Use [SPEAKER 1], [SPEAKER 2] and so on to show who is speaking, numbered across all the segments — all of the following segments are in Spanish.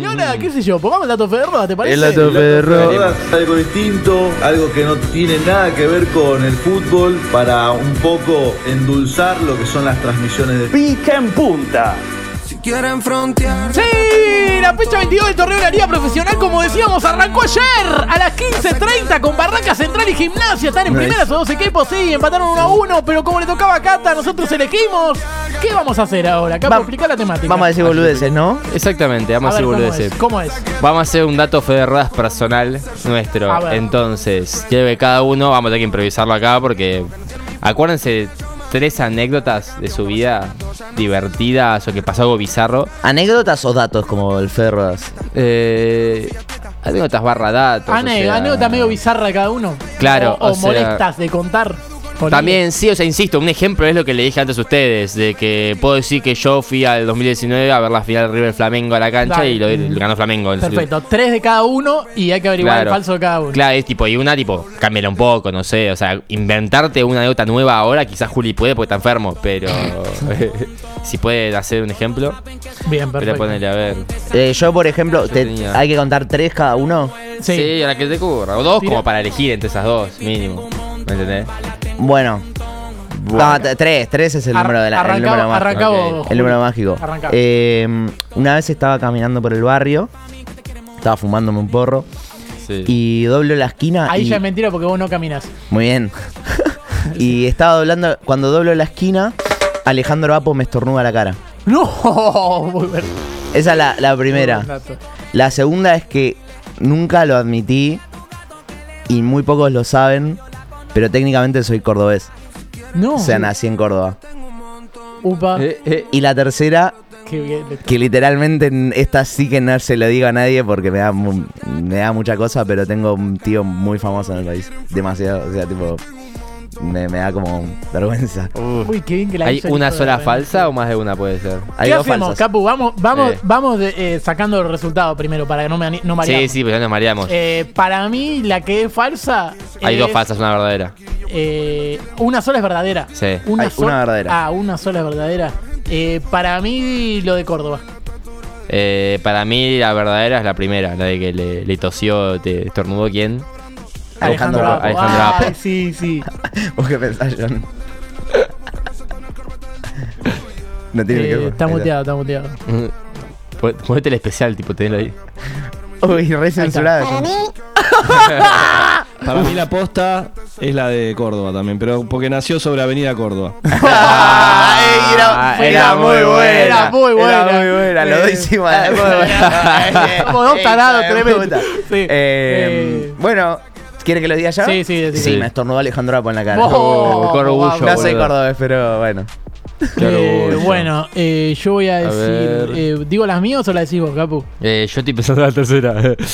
[SPEAKER 1] Y ahora, qué sé yo, pongamos el dato Federroa, ¿te parece?
[SPEAKER 2] El dato Ferro.
[SPEAKER 3] Todas algo distinto, algo que no tiene nada que ver con el fútbol, para un poco endulzar lo que son las transmisiones de
[SPEAKER 4] Pica en punta.
[SPEAKER 5] Si quieren frontear.
[SPEAKER 1] Sí, la fecha 22 del torneo de la Liga Profesional, como decíamos, arrancó ayer a las 15.30 con Barraca Central y Gimnasia. Están en
[SPEAKER 3] Nice.
[SPEAKER 1] primera, esos dos equipos, sí, empataron 1 a 1, pero como le tocaba a Cata, nosotros elegimos. ¿Qué vamos a hacer ahora? Capo,
[SPEAKER 2] Va-
[SPEAKER 1] explica la temática.
[SPEAKER 2] Vamos a decir boludeces, ¿no?
[SPEAKER 6] Exactamente,
[SPEAKER 1] A
[SPEAKER 6] vamos a
[SPEAKER 1] ver,
[SPEAKER 6] hacer
[SPEAKER 1] ¿cómo,
[SPEAKER 6] boludeces.
[SPEAKER 1] es? ¿Cómo es?
[SPEAKER 6] Vamos a hacer un dato fe de ruedas personal nuestro.
[SPEAKER 1] A ver.
[SPEAKER 6] Entonces, lleve cada uno, vamos a tener que improvisarlo acá porque acuérdense tres anécdotas de su vida divertidas o que pasó algo bizarro.
[SPEAKER 2] ¿Anécdotas o datos como el Ferras?
[SPEAKER 6] Eh, anécdotas barra datos. o
[SPEAKER 1] Ane-
[SPEAKER 6] sea,
[SPEAKER 1] Ah, anécdota medio bizarra de cada uno.
[SPEAKER 6] Claro,
[SPEAKER 1] O, o
[SPEAKER 6] o sea-
[SPEAKER 1] molestas de contar. Ponele.
[SPEAKER 6] También, sí, o sea, insisto, un ejemplo es lo que le dije antes a ustedes, de que puedo decir que yo fui al 2019 a ver la final River Flamengo a la cancha
[SPEAKER 1] Dale.
[SPEAKER 6] y lo, lo ganó Flamengo. en su-
[SPEAKER 1] Perfecto, tres de cada uno y hay que averiguar el falso de cada uno.
[SPEAKER 6] Claro, es tipo, y una tipo, cámbiala un poco, no sé. O sea, inventarte una anécdota nueva ahora, quizás Juli puede porque está enfermo, pero eh, si puede hacer un ejemplo,
[SPEAKER 1] Bien,
[SPEAKER 6] pero
[SPEAKER 1] perfecto.
[SPEAKER 6] ponele a ver.
[SPEAKER 2] Eh, yo, por ejemplo,
[SPEAKER 6] Yo
[SPEAKER 2] te-
[SPEAKER 6] tenía.
[SPEAKER 2] ¿hay que contar tres cada uno?
[SPEAKER 1] Sí.
[SPEAKER 6] Sí, a la que te cubra. O dos
[SPEAKER 1] Tira.
[SPEAKER 6] como para elegir entre esas dos, mínimo. ¿Me entendés?
[SPEAKER 2] Bueno. No, t- tres, tres es el
[SPEAKER 1] Ar-
[SPEAKER 2] número de la, el
[SPEAKER 1] arranca-
[SPEAKER 2] número mágico.
[SPEAKER 1] arranca vos,
[SPEAKER 6] Ok.
[SPEAKER 1] Juli.
[SPEAKER 2] El número mágico.
[SPEAKER 1] Arranca.
[SPEAKER 2] Eh, una vez estaba caminando por el barrio, estaba fumándome un porro
[SPEAKER 6] Sí.
[SPEAKER 2] y doblo la esquina.
[SPEAKER 1] Ahí
[SPEAKER 2] Ah, y-
[SPEAKER 1] ya es mentira porque vos no caminás.
[SPEAKER 2] Muy bien. y estaba doblando, cuando doblo la esquina, Alejandro Apo me estornuda la cara.
[SPEAKER 1] No, muy bueno.
[SPEAKER 2] Esa es la, la
[SPEAKER 1] Muy
[SPEAKER 2] primera.
[SPEAKER 1] buen dato.
[SPEAKER 2] La segunda es que nunca lo admití y muy pocos lo saben, pero técnicamente soy cordobés.
[SPEAKER 1] No.
[SPEAKER 2] O sea, nací en Córdoba.
[SPEAKER 1] Upa,
[SPEAKER 6] Eh, eh,
[SPEAKER 2] Y la tercera,
[SPEAKER 1] qué bien. le-
[SPEAKER 2] que literalmente n- esta sí que no se lo digo a nadie porque me da, mu- me da mucha cosa, pero tengo un tío muy famoso en el país. Demasiado, o sea, tipo, me, me da como vergüenza.
[SPEAKER 1] Uy, qué bien que uh, la
[SPEAKER 6] ¿Hay
[SPEAKER 1] hizo el
[SPEAKER 6] una
[SPEAKER 1] hijo de
[SPEAKER 6] sola
[SPEAKER 1] la
[SPEAKER 6] falsa o más de una puede ser?
[SPEAKER 2] Hay
[SPEAKER 1] ¿Qué
[SPEAKER 2] dos
[SPEAKER 1] hacemos,
[SPEAKER 2] falsas.
[SPEAKER 1] Capu? Vamos, vamos,
[SPEAKER 6] Eh.
[SPEAKER 1] vamos de- eh, sacando el resultado primero para que no, me, ani- no
[SPEAKER 6] Sí,
[SPEAKER 1] mareamos.
[SPEAKER 6] sí, pero ya nos mareamos.
[SPEAKER 1] Eh, para mí, la que es falsa.
[SPEAKER 6] Hay
[SPEAKER 1] es,
[SPEAKER 6] dos falsas, una verdadera.
[SPEAKER 1] eh, una sola es verdadera.
[SPEAKER 6] Sí.
[SPEAKER 2] Hay una verdadera.
[SPEAKER 1] Ah, una sola es verdadera. Eh, para mí, lo de Córdoba.
[SPEAKER 6] Eh, para mí la verdadera es la primera, la de que le, le tosió, te estornudó quién.
[SPEAKER 2] Alejandro
[SPEAKER 1] Apo.
[SPEAKER 6] Alejandro Apo.
[SPEAKER 1] Ay, Sí, sí.
[SPEAKER 2] ¿Vos qué pensás, John? No tiene
[SPEAKER 1] Eh,
[SPEAKER 2] micrófono.
[SPEAKER 1] está
[SPEAKER 2] Ahí
[SPEAKER 1] muteado, está muteado.
[SPEAKER 6] Pon- Ponete el especial, tipo, tenelo ahí.
[SPEAKER 2] Uy, re censurado.
[SPEAKER 7] Para mí,
[SPEAKER 8] Para mí la posta es la de Córdoba también, pero porque nació sobre Avenida Córdoba.
[SPEAKER 2] Ay, era,
[SPEAKER 6] Ah, era muy buena.
[SPEAKER 1] Era muy buena.
[SPEAKER 2] Era muy buena. Los dos
[SPEAKER 1] Eh,
[SPEAKER 2] hicimos.
[SPEAKER 1] eh, eh, Como dos tarados, tremendo. Sí.
[SPEAKER 2] Sí.
[SPEAKER 1] Eh,
[SPEAKER 2] bueno, ¿quieren que lo diga ya?
[SPEAKER 1] Sí, sí, decí.
[SPEAKER 2] Sí, me estornudó Alejandro Apo en la cara.
[SPEAKER 1] Oh,
[SPEAKER 6] Oh, qué orgullo,
[SPEAKER 1] vamos.
[SPEAKER 2] no soy
[SPEAKER 6] boludo.
[SPEAKER 2] cordobés, pero bueno.
[SPEAKER 6] Qué
[SPEAKER 1] Eh,
[SPEAKER 6] orgullo.
[SPEAKER 1] bueno, eh, yo voy a
[SPEAKER 6] A
[SPEAKER 1] decir.
[SPEAKER 6] ver.
[SPEAKER 1] eh, ¿Digo las mías o las decís vos, Capu?
[SPEAKER 6] Eh, yo estoy pensando en la tercera.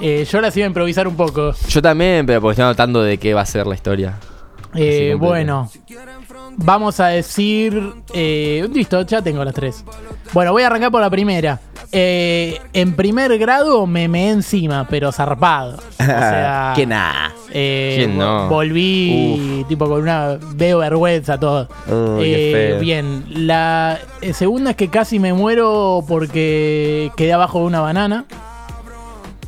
[SPEAKER 1] Eh, yo las iba a improvisar un poco.
[SPEAKER 6] yo también, pero porque estoy anotando de qué va a ser la historia.
[SPEAKER 1] Eh,
[SPEAKER 6] completa.
[SPEAKER 1] bueno, vamos a decir. eh, listo, ya tengo las tres. Bueno, voy a arrancar por la primera. Eh, en primer grado me meé encima, pero zarpado. O sea,
[SPEAKER 2] que nada.
[SPEAKER 1] eh,
[SPEAKER 6] ¿Quién no?
[SPEAKER 1] vo- Volví, tipo, con una. Veo vergüenza, todo.
[SPEAKER 2] Uy, qué
[SPEAKER 1] Eh,
[SPEAKER 2] feo.
[SPEAKER 1] bien, la eh, segunda es que casi me muero porque quedé abajo de una banana.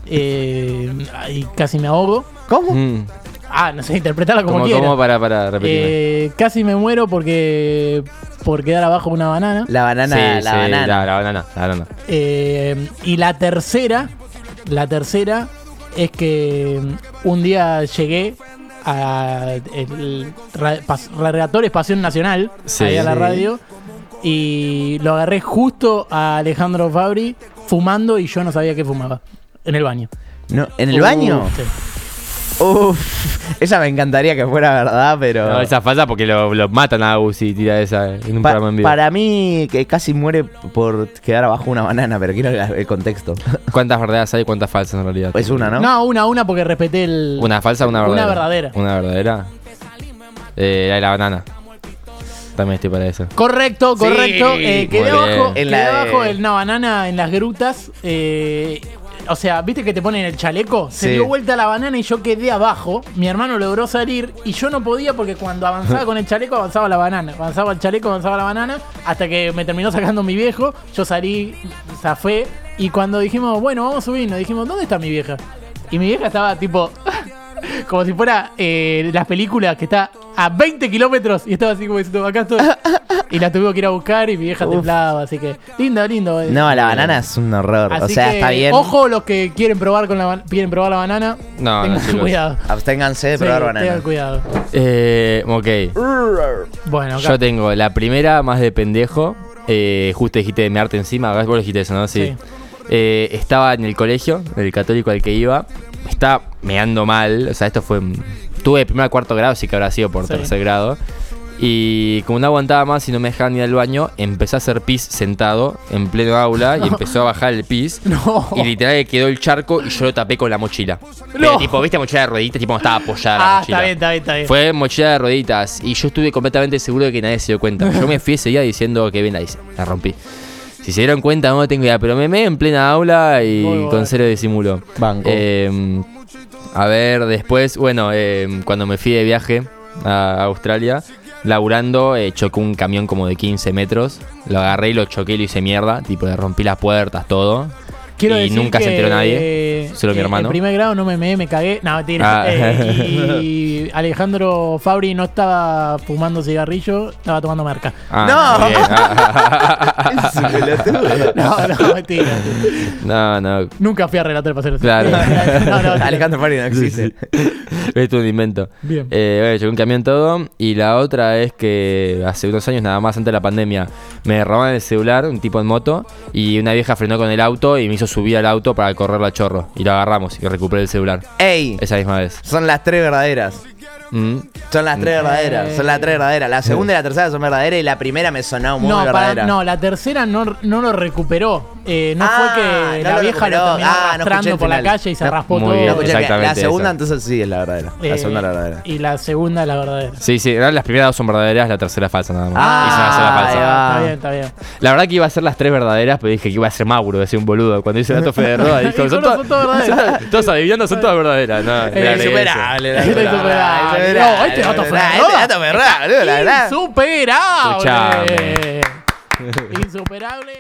[SPEAKER 1] Eh, y casi me ahogo.
[SPEAKER 2] ¿Cómo?
[SPEAKER 6] Mm.
[SPEAKER 1] Ah, no sé, interpretarla como
[SPEAKER 6] ¿Cómo,
[SPEAKER 1] quiera.
[SPEAKER 6] cómo para, para repetirme?
[SPEAKER 1] Eh, casi me muero porque por quedar abajo de una banana.
[SPEAKER 2] La banana,
[SPEAKER 6] Sí,
[SPEAKER 2] la
[SPEAKER 6] sí,
[SPEAKER 2] banana.
[SPEAKER 6] La, la banana, la banana.
[SPEAKER 1] Eh, y la tercera, la tercera es que mm, un día llegué a el ra- pas- Radiator Espación Nacional,
[SPEAKER 6] Sí.
[SPEAKER 1] ahí a la
[SPEAKER 6] Sí.
[SPEAKER 1] radio, y lo agarré justo a Alejandro Fabri fumando y yo no sabía que fumaba. En el baño.
[SPEAKER 2] No, ¿En el baño?
[SPEAKER 1] Uh, Sí.
[SPEAKER 2] Uf, esa me encantaría que fuera verdad, pero.
[SPEAKER 6] No, esa es falsa porque lo, lo matan a Uzi tira esa en un
[SPEAKER 2] Pa-
[SPEAKER 6] programa en vivo.
[SPEAKER 2] para mí, que casi muere por quedar abajo una banana, pero quiero la- el contexto.
[SPEAKER 6] ¿Cuántas verdades hay y cuántas falsas en realidad?
[SPEAKER 2] Es una, ¿no?
[SPEAKER 1] ¿No? una, una porque respeté el.
[SPEAKER 6] ¿Una falsa o una verdadera?
[SPEAKER 1] Una verdadera.
[SPEAKER 6] ¿Una verdadera? Eh, la de la banana. También estoy para eso.
[SPEAKER 1] Correcto, correcto. Eh, quedé
[SPEAKER 6] Muy
[SPEAKER 1] abajo,
[SPEAKER 6] bien.
[SPEAKER 1] quedé
[SPEAKER 2] En la de-
[SPEAKER 1] abajo de una banana en las grutas. eh, o sea, ¿viste que te ponen el chaleco? Se
[SPEAKER 2] Sí.
[SPEAKER 1] dio vuelta la banana y yo quedé abajo. Mi hermano logró salir y yo no podía porque cuando avanzaba con el chaleco avanzaba la banana. Avanzaba el chaleco, avanzaba la banana. Hasta que me terminó sacando mi viejo. Yo salí, zafé. Y cuando dijimos, bueno, vamos a subir, nos dijimos, ¿dónde está mi vieja? Y mi vieja estaba tipo, como si fuera eh, las películas que está a 20 kilómetros y estaba así como diciendo, acá estoy. Y la tuvimos que ir a buscar y mi vieja temblaba, así que lindo, lindo. eh.
[SPEAKER 2] No, la banana es un horror.
[SPEAKER 1] Así
[SPEAKER 2] o sea,
[SPEAKER 1] que,
[SPEAKER 2] está bien.
[SPEAKER 1] Ojo los que quieren probar con la ban- quieren probar la banana.
[SPEAKER 2] Ah,
[SPEAKER 6] No,
[SPEAKER 1] tengan
[SPEAKER 6] no, chicos.
[SPEAKER 1] cuidado.
[SPEAKER 2] Absténganse de
[SPEAKER 1] Sí,
[SPEAKER 2] probar
[SPEAKER 1] Tengan
[SPEAKER 2] banana.
[SPEAKER 1] cuidado.
[SPEAKER 6] Eh, ok.
[SPEAKER 1] Bueno, acá.
[SPEAKER 6] Yo tengo la primera más de pendejo. Eh, justo dijiste de mearte encima. ¿verdad? Vos dijiste eso, ¿no? Sí.
[SPEAKER 1] Sí.
[SPEAKER 6] Eh, estaba en el colegio, en el católico al que iba. Estaba meando mal. O sea, esto fue. en- Tuve de primer a cuarto grado, sí que habrá sido por
[SPEAKER 1] Sí.
[SPEAKER 6] tercer grado. Y como no aguantaba más y no me dejaban ir al baño, empecé a hacer pis sentado en pleno aula y empezó a bajar el pis.
[SPEAKER 1] No.
[SPEAKER 6] Y literal que quedó el charco y yo lo tapé con la mochila. Pero,
[SPEAKER 1] No.
[SPEAKER 6] tipo, ¿viste mochila de rueditas? Tipo, no estaba apoyada la
[SPEAKER 1] Ah,
[SPEAKER 6] mochila.
[SPEAKER 1] está bien, está bien, está bien.
[SPEAKER 6] Fue mochila de rueditas y yo estuve completamente seguro de que nadie se dio cuenta. Yo me fui ese día diciendo que bien la hice, la rompí. Si se dieron cuenta, no tengo idea, pero me meé en plena aula y
[SPEAKER 1] Muy bueno. Oh.
[SPEAKER 6] con cero disimulo.
[SPEAKER 2] Banco.
[SPEAKER 6] Eh, a ver, después, bueno, eh, cuando me fui de viaje a Australia, laburando, eh, chocó un camión como de 15 metros. Lo agarré y lo choqué y lo hice mierda. Tipo, le rompí las puertas, todo. y
[SPEAKER 1] decir
[SPEAKER 6] nunca se
[SPEAKER 1] que,
[SPEAKER 6] enteró nadie,
[SPEAKER 1] eh,
[SPEAKER 6] solo mi
[SPEAKER 1] eh,
[SPEAKER 6] hermano.
[SPEAKER 1] En primer grado no me meé, me cagué. No, mentira.
[SPEAKER 6] Ah.
[SPEAKER 1] Eh, y Alejandro Fabri no estaba fumando cigarrillo, estaba tomando marca.
[SPEAKER 6] Ah,
[SPEAKER 2] No.
[SPEAKER 6] bien, ah,
[SPEAKER 1] No, no, mentira.
[SPEAKER 6] no, no.
[SPEAKER 1] Nunca fui a relatar para hacer
[SPEAKER 6] Claro.
[SPEAKER 1] eso. No, no, mentira.
[SPEAKER 2] Alejandro Fari no existe.
[SPEAKER 6] Es un invento.
[SPEAKER 1] Bien.
[SPEAKER 6] Eh, bueno, llegó un camión todo. Y la otra es que hace unos años, nada más antes de la pandemia, me robaron el celular, un tipo en moto, y una vieja frenó con el auto y me hizo subir al auto para correrlo a chorro. Y lo agarramos y recuperé el celular.
[SPEAKER 2] ¡Ey!
[SPEAKER 6] Esa misma vez.
[SPEAKER 2] Son las tres verdaderas.
[SPEAKER 6] Mm.
[SPEAKER 2] Son las tres verdaderas. Son las tres verdaderas. La segunda y la tercera son verdaderas y la primera me sonaba muy
[SPEAKER 1] No, para-
[SPEAKER 2] verdadera.
[SPEAKER 1] no, la tercera no, no lo recuperó. Eh, no
[SPEAKER 2] Ah,
[SPEAKER 1] fue que
[SPEAKER 2] no
[SPEAKER 1] la
[SPEAKER 2] lo
[SPEAKER 1] vieja
[SPEAKER 2] recuperó.
[SPEAKER 1] lo terminó
[SPEAKER 2] Ah, no escuché
[SPEAKER 1] arrastrando
[SPEAKER 2] el
[SPEAKER 1] por la
[SPEAKER 2] final.
[SPEAKER 1] calle y se
[SPEAKER 2] No,
[SPEAKER 1] raspó
[SPEAKER 6] muy
[SPEAKER 1] todo.
[SPEAKER 6] bien,
[SPEAKER 2] No, escuché que la
[SPEAKER 6] Exactamente
[SPEAKER 2] segunda
[SPEAKER 6] esa.
[SPEAKER 2] entonces sí es la verdadera. la
[SPEAKER 1] Eh,
[SPEAKER 2] segunda es la verdadera.
[SPEAKER 1] Y la segunda es la verdadera.
[SPEAKER 6] Sí, sí, eran las primeras dos son verdaderas, la tercera es falsa nada más.
[SPEAKER 2] Ah,
[SPEAKER 6] Hice una sola
[SPEAKER 1] eh.
[SPEAKER 6] falsa.
[SPEAKER 2] ahí va.
[SPEAKER 1] Está bien, está bien.
[SPEAKER 6] La verdad que iba a ser las tres verdaderas, pero dije que iba a ser Mauro, decía un boludo. Cuando hice el dato Federroa, dijo,
[SPEAKER 1] Y
[SPEAKER 6] son
[SPEAKER 1] solo
[SPEAKER 6] todas
[SPEAKER 1] son todas verdaderas. Eh,
[SPEAKER 6] son- todos adivinando, son todas verdaderas. No, le agregué
[SPEAKER 2] Insuperable, la
[SPEAKER 6] eso.
[SPEAKER 1] Era
[SPEAKER 2] verdad,
[SPEAKER 1] insuperable.
[SPEAKER 2] verdad,
[SPEAKER 1] No, este
[SPEAKER 2] la
[SPEAKER 1] dato
[SPEAKER 2] verdad,
[SPEAKER 1] fue-
[SPEAKER 2] Este dato fue raro, boludo, la verdad.
[SPEAKER 1] ¡Insuperable!
[SPEAKER 6] Escuchame.
[SPEAKER 1] Insuperable.